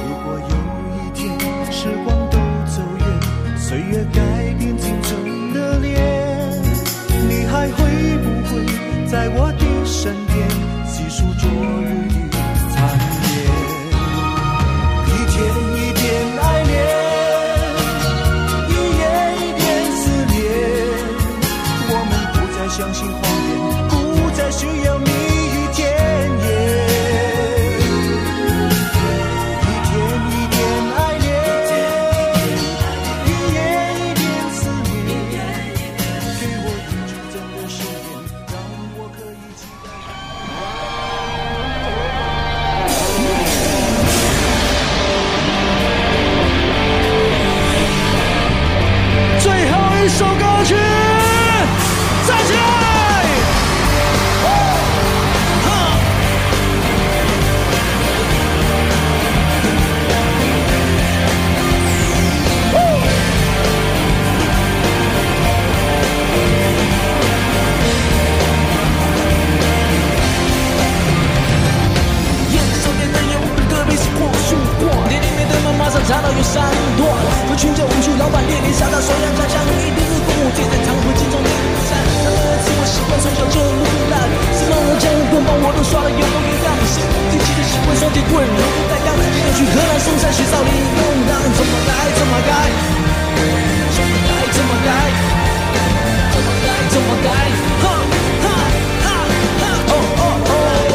如果有一天时光都走远，岁月改变青春的脸，你还会不会在我的身边细数昨日的残烟？一天一点爱恋，一夜一点思念，我们不再相信谎言，不再需要蜜语甜言。一天一点爱恋，一夜一点思念，给我一句真的誓言，让我可以期待。最后一首歌曲，站起来！眼少年的烟雾特别是过树过，店里面的门马上查到有三段，我群着舞曲，老板猎人想到手要家乡，一定是父母借在常回镜中的雨伞，他们的自我习惯从小就很腐烂，什么人将棍棒我都耍的有模有样，是近期的习惯双截棍，柔不带刚，要去河南嵩山学少林弄堂，怎么来怎么改，怎么改怎么改，怎么改怎么改，哈哈哈哈哦哦哦，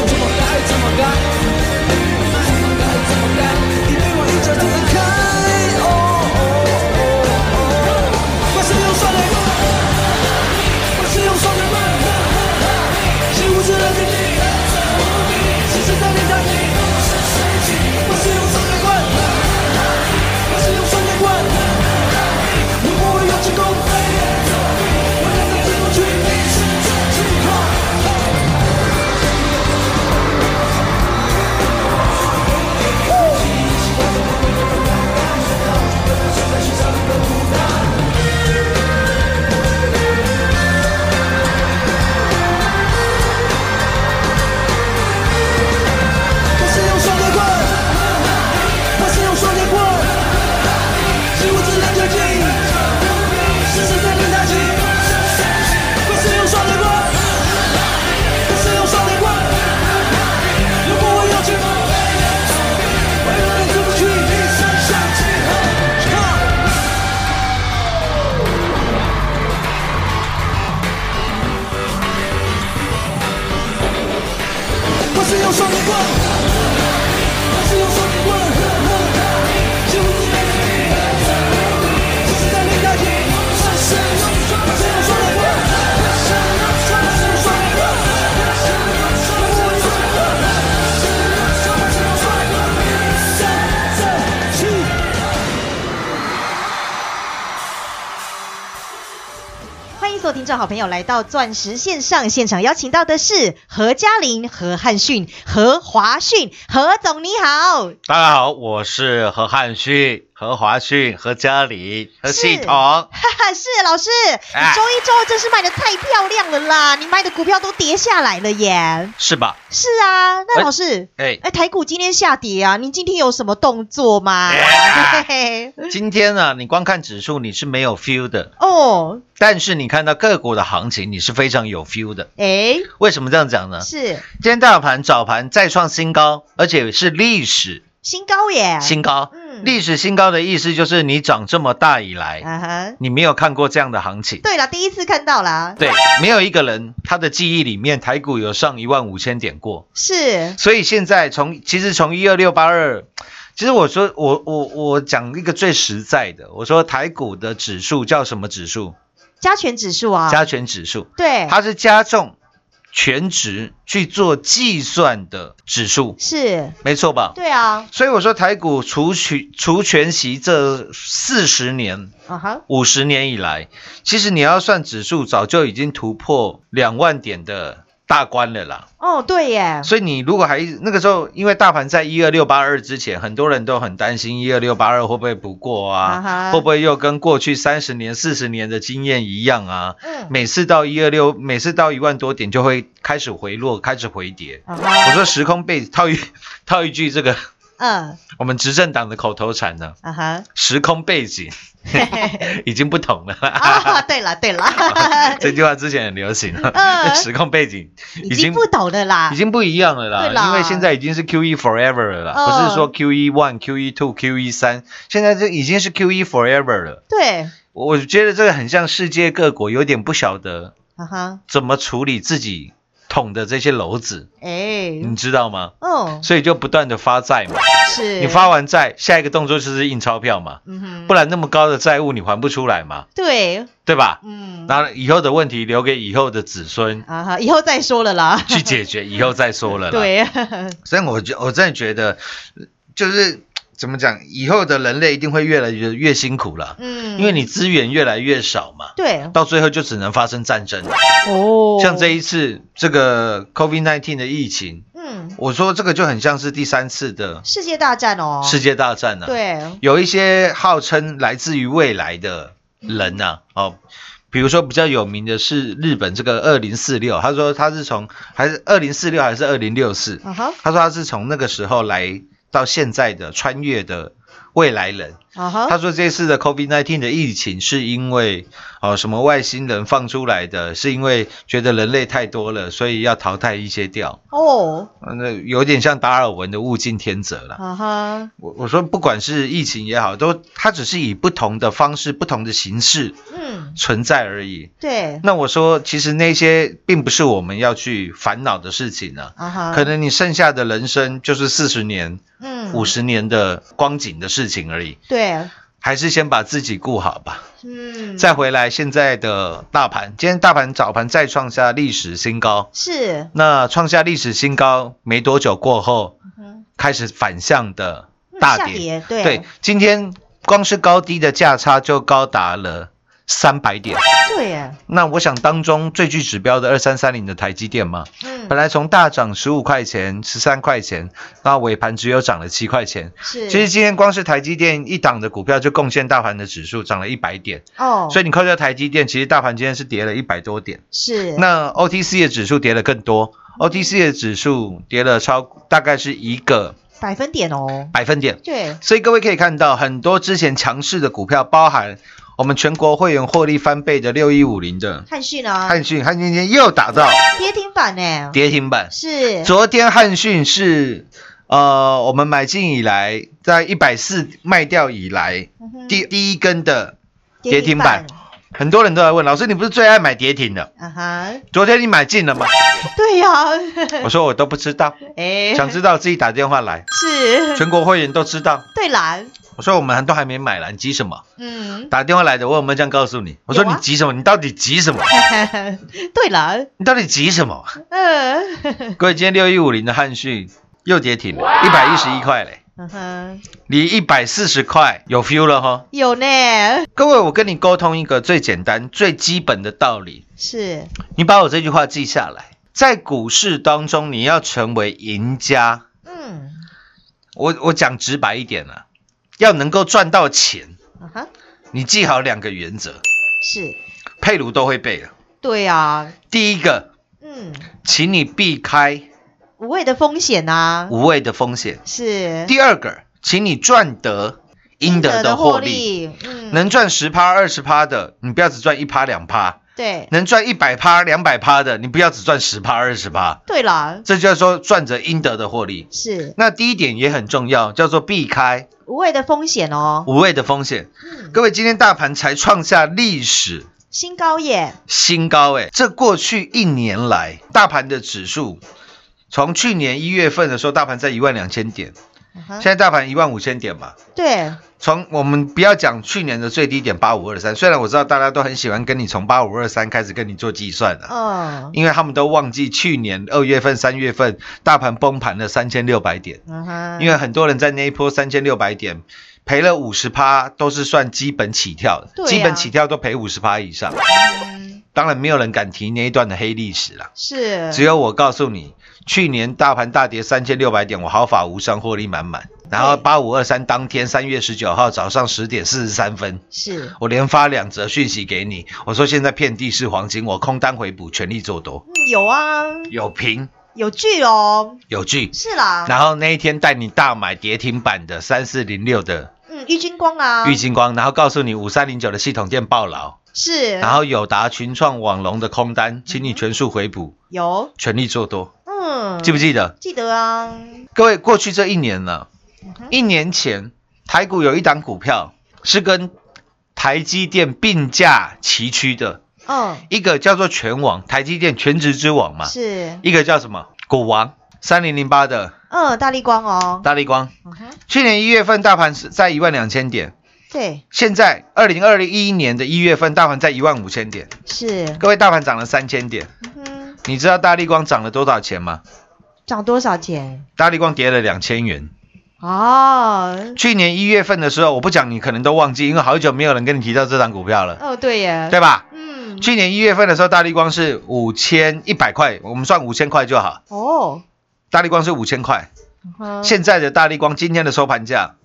怎么改怎么改。你对我一脚踢开，哦哦哦！我是用双腿，我是用双腿，是无知的天地，是谁在天堂？我是用双腿棍，我是用双腿棍，如果我有成功，我能带你过去。我是用双截棍，我是用双截棍，是我自然就进，是谁在领他进？我是用双截棍，我是用双截棍，如果我有情，我永远出不去，一生相信。我是用双截棍，我是用双截棍，是我自然的力，这是在领导你。我是用双截棍，我是用双截棍，我是用双截棍，我是用双截棍，三三七。欢迎所有听众好朋友来到钻石线上现场，邀请到的是何嘉玲、何汉逊、何华逊，何总你好， 大家好，我是何汉逊、何华逊、何嘉里、何系统。哈哈，是老师，你哎周一、周二真是卖的太漂亮了啦，你卖的股票都跌下来了耶。是吧？是啊，那哎老师，哎，哎，台股今天下跌啊，你今天有什么动作吗？嘿哎嘿嘿今天呢、你光看指数你是没有 feel 的， 哦，但是你看到个股的行情，你是非常有 feel 的。哎，为什么这样讲呢？是今天大盘早盘再创新高，而且是历史新高耶，新高。嗯历史新高的意思就是你长这么大以来，啊哈，你没有看过这样的行情。对了，第一次看到啦，对，没有一个人他的记忆里面台股有上一万五千点过。是所以现在从其实从一二六八二，其实我说我我我讲一个最实在的，我说台股的指数叫什么指数？加权指数啊，加权指数，对，它是加重全值去做计算的指数，是，没错吧？对啊，所以我说台股除权除权息这四十年、啊哈，五十年以来，其实你要算指数，早就已经突破两万点的大关了啦。哦，对耶，所以你如果还那个时候，因为大盘在一二六八二之前，很多人都很担心一二六八二会不会不过啊哈啊，会不会又跟过去三十年、四十年的经验一样啊？嗯，每次到一二六，每次到一万多点就会开始回落，开始回跌。啊我哈，说时空背套一 套一句这个嗯，我们执政党的口头禅呢，啊 哈，时空背景已经不同了。啊，对了对了， 这句话之前很流行啊嗯，时空背景已经不懂了啦已，经不一样了啦，啊对啦因为现在已经是 Q E forever 了啦，嗯不是说 Q E one、Q E two、Q E 三，现在这已经是 Q E forever 了。对，我我觉得这个很像世界各国有点不晓得啊哈，怎么处理自己捅的这些篓子，哎，你知道吗？哦，所以就不断的发债嘛，是，你发，完债，下一个动作就是印钞票嘛，嗯哼，不然那么高的债务你还不出来嘛，对，对吧？嗯，那以后的问题留给以后的子孙啊哈，以后再说了 啦，去 解决，以后再说了啦。对， 所以我觉我真的觉得，就是怎么讲，以后的人类一定会越来越越辛苦了，嗯，因为你资源越来越少嘛，对，到最后就只能发生战争。哦，像这，一次这个 COVID-19 的疫情，嗯，我说这个就很像是第三次的世界大战哦，世界大战了、，啊对，有一些号称来自于未来的人呐、哦。比如说比较有名的是日本这个二零四六，他说他是从还是二零四六还是二零六四，啊哈，他说他是从那个时候来到现在的穿越的未来人。啊哈，他说这次的 COVID-19 的疫情是因为哦什么外星人放出来的，是因为觉得人类太多了，所以要淘汰一些掉。哦，呃那有点像达尔文的物竞天择了。啊哈，我我说不管是疫情也好，都它只是以不同的方式、不同的形式嗯，存在而已。对，那我说，其实那些并不是我们要去烦恼的事情呢、啊哈，可能你剩下的人生就是四十年，嗯，五十年的光景的事情而已，对，还是先把自己顾好吧。嗯，再回来，现在的大盘，今天大盘早盘再创下历史新高，是，那创下历史新高没多久过后，嗯开始反向的哼大下跌。跌，对，对，今天光是高低的价差就高达了三百点。对耶，那我想当中最具指标的二三三零的台积电嘛，嗯本，来从大涨十五块钱、十三块钱，那尾盘只有涨了七块钱。是，其实今天光是台积电一档的股票就贡献大盘的指数涨了一百点，哦，所以你扣掉台积电，其实大盘今天是跌了一百多点。是，那 OTC 的指数跌了更多，OTC 的指数跌了超大概是一个百分点哦，百分点。对，所以各位可以看到，很多之前强势的股票，包含我们全国会员获利翻倍的六一五零的汉讯啊，汉讯，汉讯今天又打到跌停板呢，跌停板。是，嗯昨天汉讯是呃，我们买进以来，在一百四卖掉以来，嗯哼第第一根的跌跌停停板板，很多人都在问老师，你不是最爱买跌停的？啊哈，昨天你买进了吗？对呀，我说我都不知道，哎，想知道自己打电话来，是，全国会员都知道。对啦，我说我们都还没买啦，你急什么？嗯，打电话来的，我有没有这样告诉你？我说有啊你急什么？你到底急什么？对啦，你到底急什么？嗯，各位，今天六一五零的汉讯又跌停了，一百一十一块嘞，嗯哼，离一百四十块有 feel 了哈。有呢，各位，我跟你沟通一个最简单、最基本的道理，是，你把我这句话记下来。在股市当中，你要成为赢家，嗯，我我讲直白一点啊，要能够赚到钱，啊哈，你记好两个原则，是，佩如都会背了。对啊，第一个，嗯，请你避开无谓的风险呐，无谓的风险；是，第二个，请你赚得应得的获利，，嗯，能赚十趴、二十趴的，你不要只赚一趴、两趴；对，能赚一百趴、两百趴的，你不要只赚十趴、二十趴。对啦，这就是说赚着应得的获利。是那第一点也很重要，叫做避开无谓的风险哦，无谓的风险。嗯，各位，今天大盘才创下历史新高耶，新高，哎，这过去一年来，大盘的指数从去年一月份的时候，大盘在一万两千点，嗯哼现在大盘一万五千点嘛，对，从我们不要讲去年的最低点八五二三，虽然我知道大家都很喜欢跟你从八五二三开始跟你做计算了、哦，因为他们都忘记去年二月份、三月份大盘崩盘了三千六百点，嗯哼，因为很多人在那一波三千六百点赔了五十趴，都是算基本起跳的，对啊基本起跳都赔五十趴以上。当然没有人敢提那一段的黑历史啦，是只有我告诉你，去年大盘大跌三千六百点，我毫发无伤，获利满满。然后八五二三当天，三月十九号早上十点四十三分，是，我连发两则讯息给你，我说现在遍地是黄金，我空单回补，全力做多，嗯有啊，有平有剧哦，有据。是啦，然后那一天带你大买跌停板的三四零六的嗯，郁金光啊，玉金光，然后告诉你五三零九的系统店爆牢，是，然后友达、群创、网龙的嗯空单，请你全数回补，有，全力做多，嗯，记不记记得？得啊？各位，过去这一年了嗯哼，一年前台股有一档股票是跟台积电并驾齐驱的，嗯，一个叫做全网，台积电全职之网嘛，是，一个叫什么股王三零零八的嗯，大力光哦，大力光。嗯哼，去年一月份大盘是在一万两千点，对，现在二零二一年的一月份大盘在一万五千点，是，各位大盘涨了三千点，嗯哼，你知道大力光涨了多少钱吗？涨多少钱？大力光跌了两千元。哦，去年一月份的时候，我不讲你可能都忘记，因为好久没有人跟你提到这档股票了，哦，对耶，对吧？嗯，去年一月份的时候，大力光是五千一百块，我们算五千块就好。哦，大力光是五千块，嗯哼现在的大力光今天的收盘价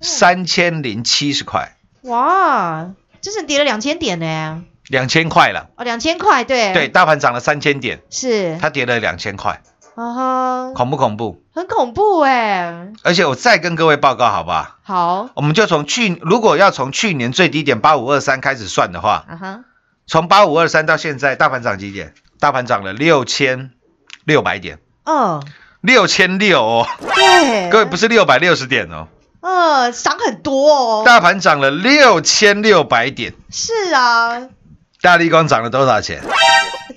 三千零七十块，哇，真是跌了两千点呢，两千块了。哦，两千块，对，对，，大盘涨了三千点，是，它跌了两千块，啊哈，恐不恐怖？很恐怖哎，而且我再跟各位报告，好吧？好，我们就从去，如果要从去年最低点八五二三开始算的话，啊哈，从八五二三到现在，大盘涨几点？大盘涨了六千六百点，嗯，六千六哦，对，各位不是六百六十点哦，呃，涨很多哦。大盘涨了六千六百点，是啊，大力光涨了多少钱？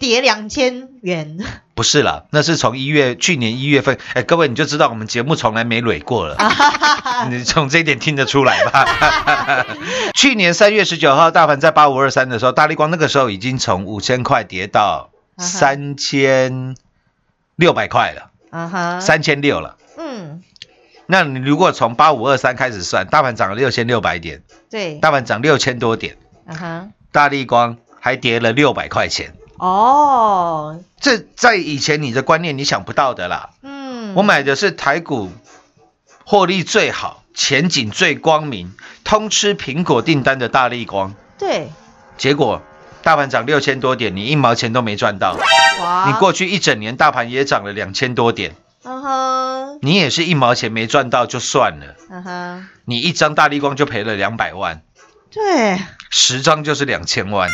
跌两千元 不是啦，那是从一月去年一月份，哎，各位你就知道我们节目从来没累过了，你从这一点听得出来吧？ 去年三月十九号，大盘在八五二三的时候，大力光那个时候已经从五千块跌到啊哈三千六百块了，啊哈，三千六了。嗯，那你如果从八五二三开始算，大盘涨了六千六百点，对，大盘涨六千多点，啊哈，大力光还跌了六百块钱，哦，这在以前你的观念你想不到的啦。嗯，我买的是台股，获利最好、前景最光明、通吃苹果订单的大力光，对，结果大盘涨六千多点，你一毛钱都没赚到。哇，你，过去一整年大盘也涨了两千多点，啊哈，你也是一毛钱没赚到就算了，啊哈，你一张大力光就赔了两百万，对，十张就是两千万，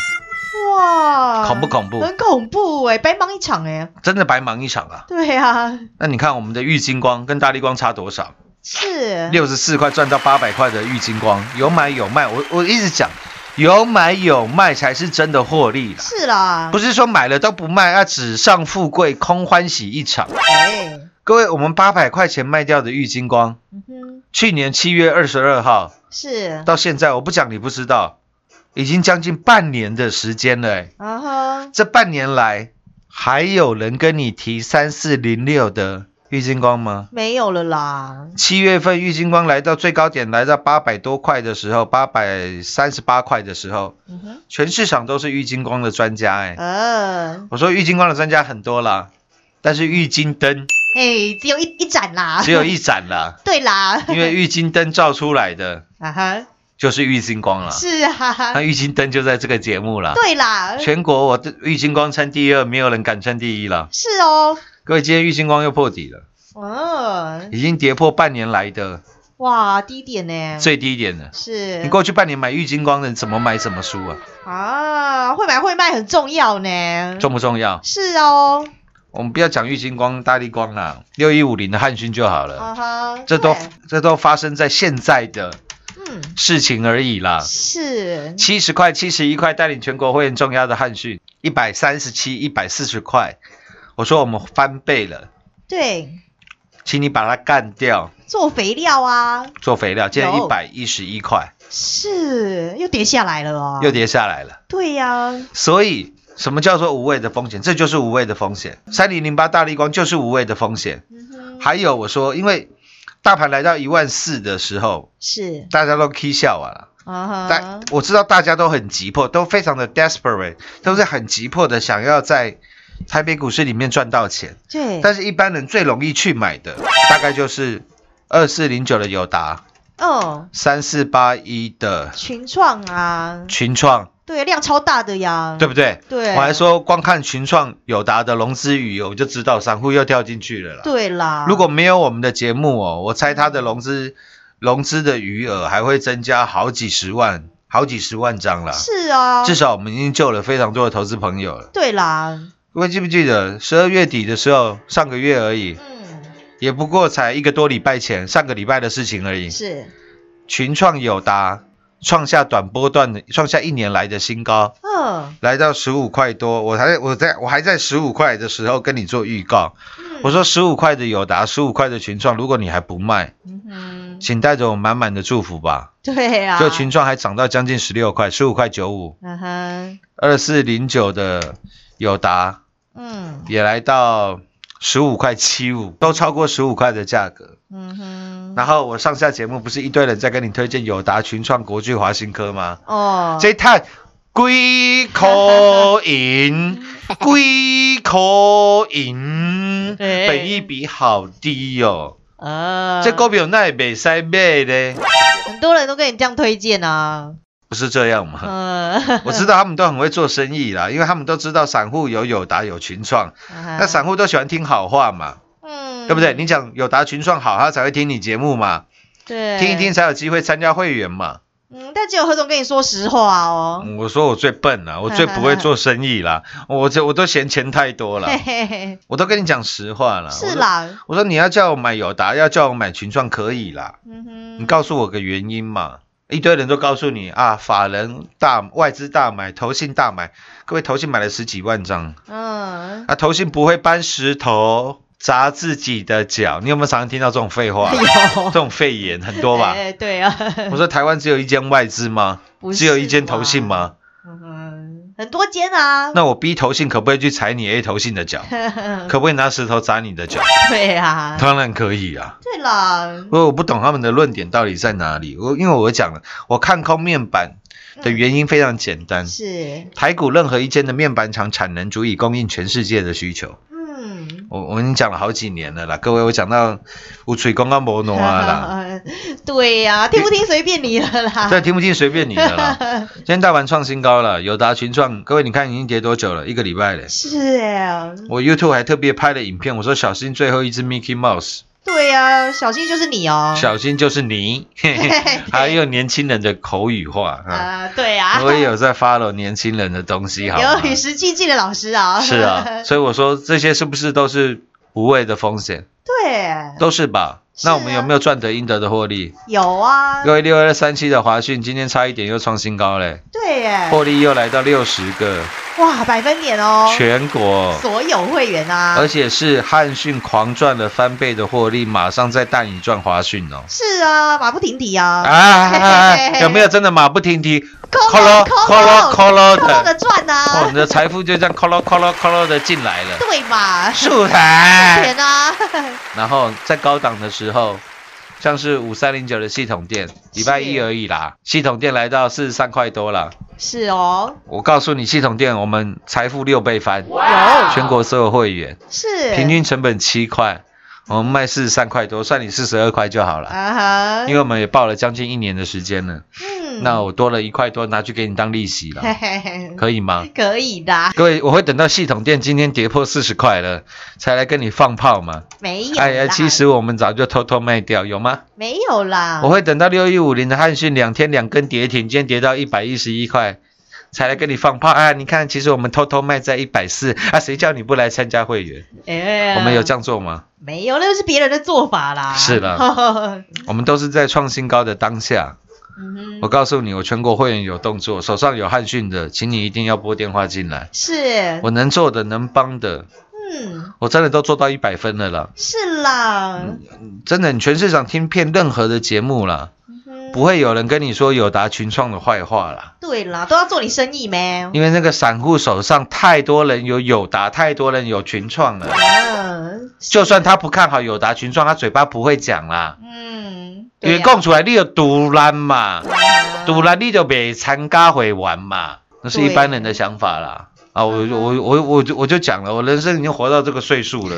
哇，恐不恐怖很恐怖哎、白忙一场哎、真的白忙一场啊！对啊，那你看我们的玉金光跟大力光差多少？是，六十四块赚到八百块的玉金光，有买有卖。我我一直讲，有买有卖才是真的获利啦，是啦，不是，是说买了都不卖，啊，纸上富贵，空欢喜一场。哎，各位，我们八百块钱卖掉的玉金光，嗯哼，去年七月二十二号是，到现在，我不讲你不知道，已经将近半年的时间了、欸。啊哈，这半年来，还有人跟你提三四零六的玉金光吗？没有了啦，七月份玉金光来到最高点，来到八百多块的时候，八百三十八块的时候，嗯哼，全市场都是玉金光的专家、哎，呃，我说玉金光的专家很多啦，但是玉 金灯哎、只有一一盏啦，，只有，一盏啦对啦，因为玉金灯照出来的 啊哈，就是玉金光啦。是啊那，玉金灯就在这个节目啦。对啦，全国我的玉金光称第二，没有人敢称第一啦。是哦，各位，今天玉金光又破底了，嗯，已经跌破半年来的哇，低点呢？最低点了。是你过去半年买玉金光的，怎么买怎么输啊，啊，会买会卖很重要呢。重不重要？是哦，我们不要讲玉金光、大力光啦，六一五零的汉讯就好了。啊哈，这都对这都发生在现在的嗯事情而已啦。是七十块、七十一块带领全国会员重压的汉讯，一百三十七、一百四十块，我说我们翻倍了，对请你把它干掉，做肥料啊，做肥料，现在一有百一十一块是又跌下来了啊。又跌下来了。对呀、所以，什么叫做无谓的风险？这就是无谓的风险。三零零八大力光就是无谓的风险。嗯哼，还有我说，因为大盘来到一万四的时候，是大家都 K 笑啊了。啊但哈，我知道大家都很急迫，都非常的 desperate，都是很急迫的想要在台北股市里面赚到钱。对，但是，一般人最容易去买的，大概就是二四零九的友达，哦，三四八一的群创啊，群创，对，量超大的呀，对不嗯对？对我还说光看群创、友达的融资余额，我就知道散户又掉进去了啦。对啊啦，如果没有我们的节目哦，我猜它的融资融资的余额还会增加好几十万、好几十万张啦。是啊，至少我们已经救了非常多的投资朋友了。对啦，各位记不记得十二月底的时候，上个月而已，嗯，也不过才一个多礼拜前，上个礼拜的事情而已。是，群创友达创下短波段的，创下一年来的新高，嗯，来到十五块多。我还我在我还在十五块的时候跟你做预告，嗯我说十五块的友达，十五块的群创，如果你还不卖，嗯哼，请带着我满满的祝福吧。对啊，就群，创还涨到将近十六块，十五块九五，嗯哼，二四零九的友达。嗯也来到十五块七五，都超过十五块的价格。嗯哼，然后我上下节目不是一堆人在跟你推荐友达、群创、国巨、华新科吗？哦，这一趟龟 口银，龟口银，对本益比好低哦。呃，这股票那也没塞卖嘞，很多人都跟你这样推荐啊，不是这样吗？嗯，我知道他们都很会做生意啦，因为他们都知道散户有友达有群创，那那散户都喜欢听好话嘛。嗯对不对？？你讲友达群创好，他才会听你节目嘛，对，听一听。才有机会参加会员嘛。嗯，但只有何总跟你说实话哦。嗯我说我最笨了，我最不会做生 意啦，我这我都嫌钱太多了嘿，嘿嘿，我都跟你讲实话了。是啦，啊我说，我说你要叫我买友达，要叫我买群创可以啦，嗯哼，你告诉我个原因嘛。一堆人都告诉你啊，法人大外资大买，投信大买，各位投信买了十几万张嗯，啊，投信不会搬石头砸自己的脚，你有没有常常听到这种废话？这种肺炎很多吧？哎，对啊， 我说台湾只有一间外资吗？不是只有一间投信吗？嗯，很多间啊。 那我 B 投信可不可以去踩你 A 投信的脚？可不可以拿石头砸你的脚？对啊，当然可以啊！对啦，我我不懂他们的论点到底在哪里。我因为我讲了，我看空面板的原因非常简单。是，台股任何一间的面板厂产能足以供应全世界的需求。嗯，我我已经讲了好几年了啦，各位，我讲到我嘴刚刚磨挪啊 啦，对呀，听不听随便你了啦。这听不进随便你的啦。 今天大盘创新高了，友达群创，各位你看已经跌多久了？一个礼拜了。是啊，我 YouTube 还特别拍了影片，我说小心最后一只 Mickey Mouse，、对呀，小心就是你哦。小心就是你，嘿嘿对 还有年轻人的口语化啊。啊，对啊，我 也有在 follow 年轻人的东西，好吗有与时俱进的老师啊。是啊，，所以我说这些是不是都是无谓的风险， 对，都是吧？是啊那我们有没有赚得应得的获利？有啊，各位六二三七的华讯今天差一点又创新高嘞，对耶，获利又来到六十个，哇，百分点哦，全国。所有会员啊而，且是汉讯狂赚了翻倍的获利，马上再带你赚华讯哦。是啊，马不停蹄啊，啊，有没有真的马不停蹄，扣咯了扣扣咯了扣咯扣了的的，赚哦，啊你，的财富就这样扣咯扣咯扣咯的进来 了，对嘛，树钱台。啊，然后在高档的时候，像是五三零九的系统店，礼拜一是而已啦，系统店来到四十三块多了。是哦，我告诉你，系统店我们财富六倍翻，哦全国所有会员是平均成本七块，我们卖四十三块多，算你四十二块就好了，啊哈，因为我们也报了将近一年的时间了。嗯 那我多了一块多，拿去给你当利息了，嘿嘿嘿可以吗？可以的，各位，我会等到系统店今天跌破四十块了，才来跟你放炮吗？没有啦，哎呀，其实我们早就偷偷卖掉，有吗？没有啦，我会等到六一五零的汉讯两天两根跌停，今天跌到一百一十一块，才来跟你放炮啊！你看，其实我们偷偷卖在一百四啊，谁叫你不来参加会员？哎我们有这样做吗？没有，那是别人的做法啦，是 啦我们都是在创新高的当下。嗯我哼，告诉你，我全国会员有动作，手上有汉讯的，请你一定要拨电话进来。是，我能做的、能帮的，嗯，我真的都做到一百分了啦，是啦，嗯真的，你全市场听遍任何的节目啦，嗯不会有人跟你说友达群创的坏话啦，对啦，都要做你生意咩？因为那个散户手上太多人有友达，太多人有群创了，嗯，就算他不看好友达群创，他嘴巴不会讲啦，嗯，因对为呀供出来你有独揽嘛，啊独揽你就没参加会玩嘛，那是一般人的想法啦。啊，我我我我就我就讲了，我人生已经活到这个岁 数了，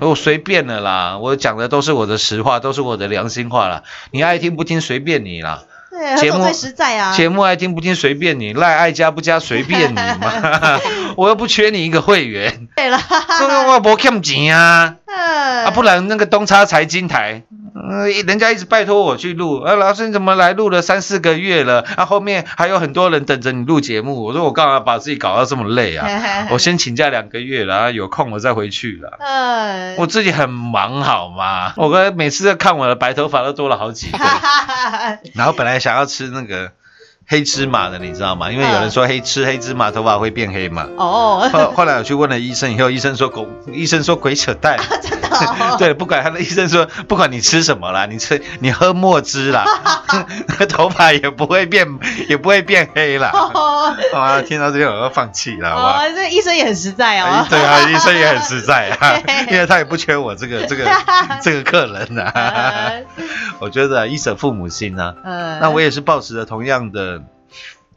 我随便了啦，我讲的都是我的实话，都是我的良心话啦，你爱听不听随便你啦。对，何节总目最实在啊。节目爱听不听随便你，赖爱加不加随便你嘛， 我又不缺你一个会员，对了，这个我不欠钱啊，嗯啊不然那个东差财经台，呃人家一直拜托我去录，啊老师你怎么来录了三四个月了，啊后面还有很多人等着你录节目，我说我干嘛把自己搞到这么累 啊，我先请假两个月了，啊有空我再回去了。嗯，我自己很忙，好吗？我哥每次在看我的白头发都多了好几 根。然后本来想要吃那个黑芝麻的，你知道吗？因为有人说黑吃黑芝麻头发会变黑嘛。 哦，后后来我去问了医生，以后医生说狗，医生说鬼扯淡。，真的哦 对，啊不管他的医生说，不管你吃什么啦，你吃你喝墨汁啦， 头发也不会变， 也不会变黑啦。 哦，啊，听到这边我要放弃了，好吧？哦，这医生也很实在哦，哎，对啊，医生也很实在啊 对 因为他也不缺我这个这 个这个客人啊。我觉得啊医者父母心啊，嗯，那我也是抱持着同样的，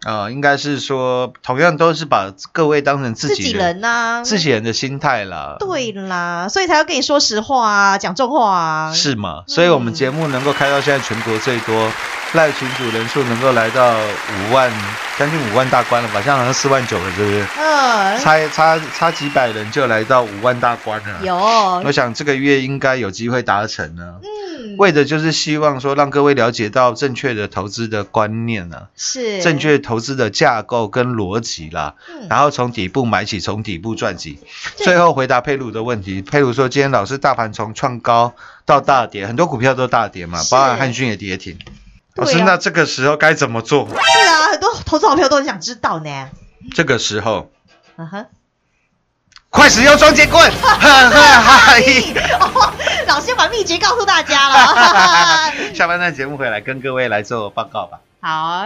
呃，应该是说同样都是把各位当成自自己己人、人呐，自己人的心态啦，对啦，所以才要跟你说实话啊，讲重话啊，是吗？所以我们节目能够开到现在全国最多，赖群主人数能够来到五万，将近五万大关了吧？现在好像四万九了，是不是？嗯，差差差几百人就来到五万大关了。有，我想这个月应该有机会达成呢、嗯，为的就是希望说让各位了解到正确的投资的观念呢、是正，确投资的架构跟逻辑啦，嗯然后从底部买起，从底部赚起。最后回答佩鲁的问题，佩鲁说今天老师大盘从创高到大跌，很多股票都大跌嘛，是包含汉讯也跌停。对老啊师，那这个时候该怎么做？是啊，很多投资好朋友都很想知道呢，这个时候。嗯哼， 快使用双截棍！哈哈哈！哦老师把秘诀告诉大家了， 下半段节目回来跟各位来做报告吧。好啊。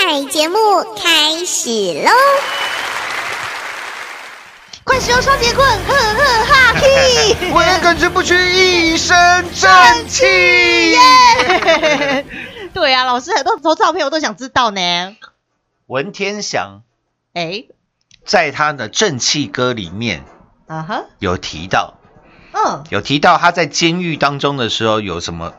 彩节目开始喽！快使用双节棍，呵呵哈嘿！我也跟着不屈，一身正气。 对啊，老师很多投资好朋友都想知道呢。文天祥哎，在他的正气歌里面啊哈，有提到，嗯，有提到他在监狱当中的时候有什么。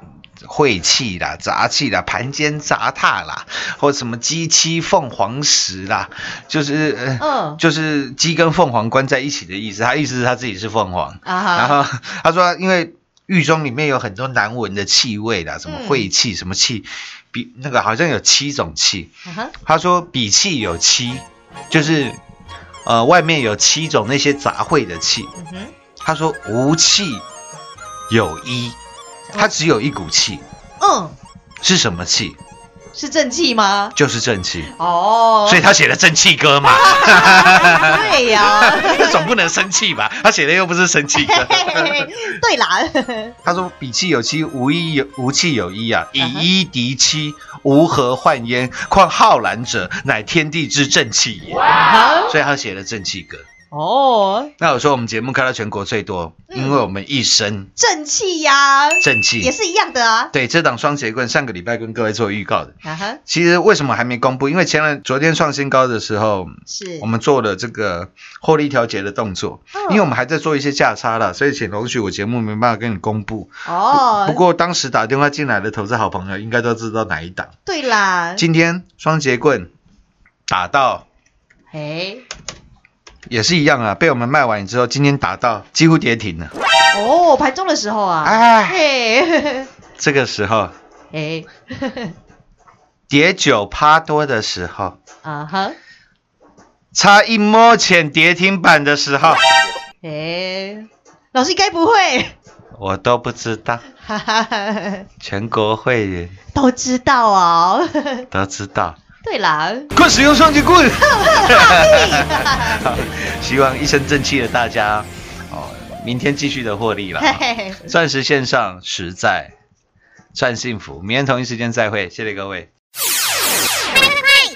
晦气啦，杂气啦，盘奸杂踏啦，或什么鸡七凤凰石啦，就是呃，嗯就是鸡跟凤凰关在一起的意思。他意思是他自己是凤凰，啊然哈，后他说，因为狱中里面有很多难闻的气味啦，什么嗯晦气，什么气，比那个好像有七种气。啊哈，他说比气有七，就是呃外面有七种那些杂秽的气。嗯哼，他说无气有一，他只有一股气，嗯，是什么气？是正气吗？就是正气。哦，所以他写了正气歌嘛， 对呀，总不能生气吧？他写的又不是 生气歌。对啦，他说：“比气有七，无一有无气有一啊，以嗯一敌七，无何患啊焉？况浩然者，乃天地之正气也。”所以他写了正气歌。啊哦，那我说我们节目开到全国最多，因为我们一身正气呀、嗯正也气。是一样的啊。对，这档双节棍上个礼拜跟各位做预告的。啊哈，其实为什么还没公布？因为前两昨天创新高的时候，是我们做了这个获利调节的动作，因为我们还在做一些价差啦，所以请容许我节目没办法跟你公布。哦，不过当时打电话进来的投资好朋友应该都知道哪一档。对啦，今天双节棍打到哎，也是一样啊，被我们卖完之后，今天打到几乎跌停了。哦，盘中的时候啊，哎，嘿，这个时候哎，跌九趴多的时候，啊哈，差一摸钱跌停板的时候，哎，老师该不会，我都不知道，哈哈哈，全国会员都知道哦。 都知道。对啦， 快使用双节棍！ 希望一身正气的大家，哦，明天继续的 获利了。嘿嘿，钻石线上实在赚幸福，明天同一时间再会，谢谢各位。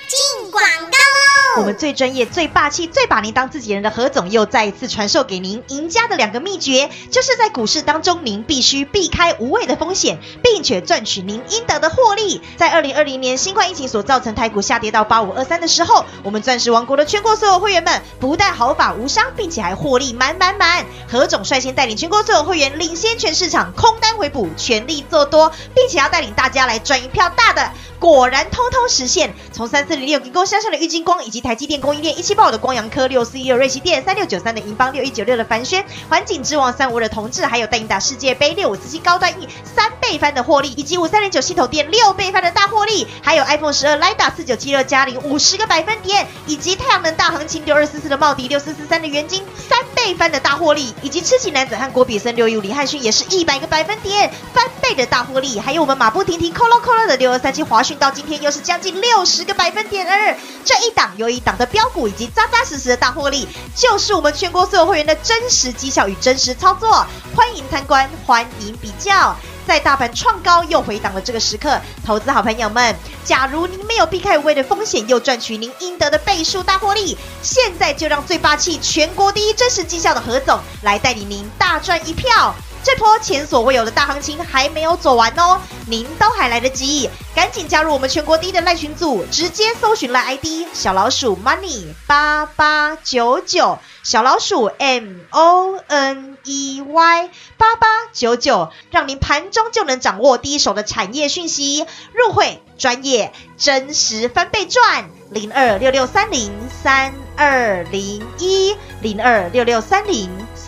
进广告我们最专业、最霸气、最把您当自己人的何总又再一次传授给您赢家的两个秘诀，就是在股市当中，您必须避开无谓的风险，并且赚取您应得的获利。在二零二零年新冠疫情所造成台股下跌到八五二三的时候，我们钻石王国的全国所有会员们不但毫发无伤，并且还获利满满满。何总率先带领全国所有会员领先全市场，空单回补，全力做多，并且要带领大家来赚一票大的。果然通通实现。从三四零六银工山上的玉金光，以及台积电供应链一七八五的光阳科，六四一六瑞奇电，三六九三的银邦，六一九六的凡轩，环境之王三五的同志，还有戴英达世界杯六五四七高端 E 三倍翻的获利，以及五三零九系统电六倍翻的大获利，还有 iPhone 十二 Lida 四九七六加零五十个百分点，以及太阳能大行情六二四四的茂迪，六四四三的元金三倍翻的大获利，以及痴情男子汉郭比森六一五李汉逊也是一百个百分点翻倍的大获利，还有我们马不停蹄扣喽扣喽的六二三七华讯到今天又是将近六十个百分点二，这一档又一档的标股以及扎扎实实的大获利，就是我们全国所有会员的真实绩效与真实操作，欢迎参观，欢迎比较。在大盘创高又回档的这个时刻，投资好朋友们，假如您没有避开无谓的风险，又赚取您应得的倍数大获利，现在就让最霸气、全国第一、真实绩效的何总来带领您大赚一票。这波前所未有的大行情还没有走完哦，您都还来得及，赶紧加入我们全国第一的赖群组，直接搜寻赖 ID 小老鼠 money 八八九九，小老鼠 m o n e y 八八九九，让您盘中就能掌握第一手的产业讯息，入会专业，真实翻倍赚。零二六六三零三二零一零二六六三零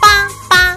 八八